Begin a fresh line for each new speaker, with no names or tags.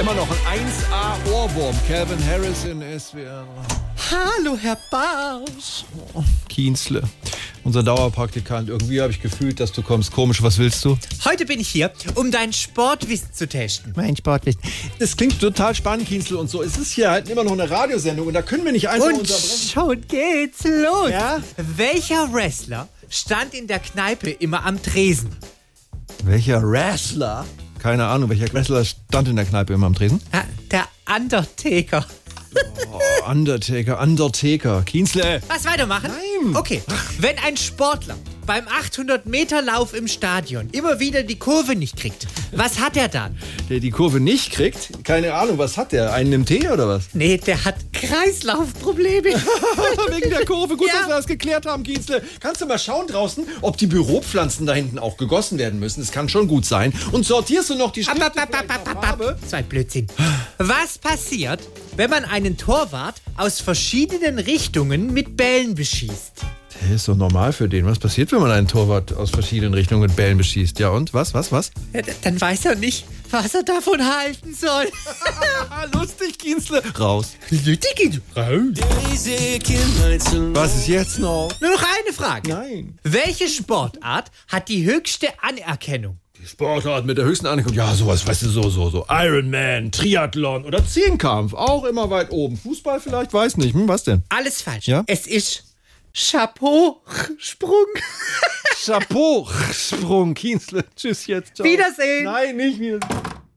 Immer noch ein 1A-Ohrwurm. Calvin Harris in SWR.
Hallo, Herr Barsch.
Kienzle. Unser Dauerpraktikant. Irgendwie habe ich gefühlt, dass du kommst. Komisch, was willst du?
Heute bin ich hier, um dein Sportwissen zu testen.
Mein Sportwissen.
Das klingt total spannend, Kienzle und so. Es ist hier halt immer noch eine Radiosendung und da können wir nicht einfach
Und
unterbrechen.
schon geht's los.
Ja?
Welcher Wrestler stand in der Kneipe immer am Tresen?
Welcher Wrestler? Keine Ahnung, welcher Wrestler stand in der Kneipe immer am Tresen?
Ah, Der Undertaker.
Oh, Undertaker, Undertaker. Kienzle.
Was weitermachen?
Nein.
Okay. Wenn ein Sportler beim 800-Meter-Lauf im Stadion immer wieder die Kurve nicht kriegt, was hat er dann?
Der die Kurve nicht kriegt? Keine Ahnung, was hat der? Einen im Tee oder was?
Nee, der hat Kreislaufprobleme.
Wegen der Kurve. Gut,
Ja.
dass wir das geklärt haben, Kienzle. Kannst du mal schauen draußen, ob die Büropflanzen da hinten auch gegossen werden müssen? Das kann schon gut sein. Und sortierst du noch die
Ab,
Stifte
ab, ab, ab,
vielleicht
ab,
nach
ab, ab.
Farbe?
So ein Blödsinn. Was passiert, wenn man einen Torwart aus verschiedenen Richtungen mit Bällen beschießt?
Hey, ist doch normal für den. Was passiert, wenn man einen Torwart aus verschiedenen Richtungen mit Bällen beschießt? Ja und? Was, was, was?
Ja, d- Dann weiß er nicht, was er davon halten soll.
Lustig, Kienzle. Raus.
Easy Kindheit zu
Was ist jetzt noch?
Nur noch eine Frage.
Nein.
Welche Sportart hat die höchste Anerkennung?
Die Sportart mit der höchsten Anerkennung. Ja, sowas, weißt du, so, so, so. Ironman, Triathlon oder Zehnkampf. Auch immer weit oben. Fußball vielleicht, weiß nicht. Hm, was denn?
Alles falsch.
Ja?
Es ist Chapeau-Sprung.
Chapeau, Sprung, Kienzle. Tschüss jetzt. Ciao.
Wiedersehen.
Nein, nicht wieder.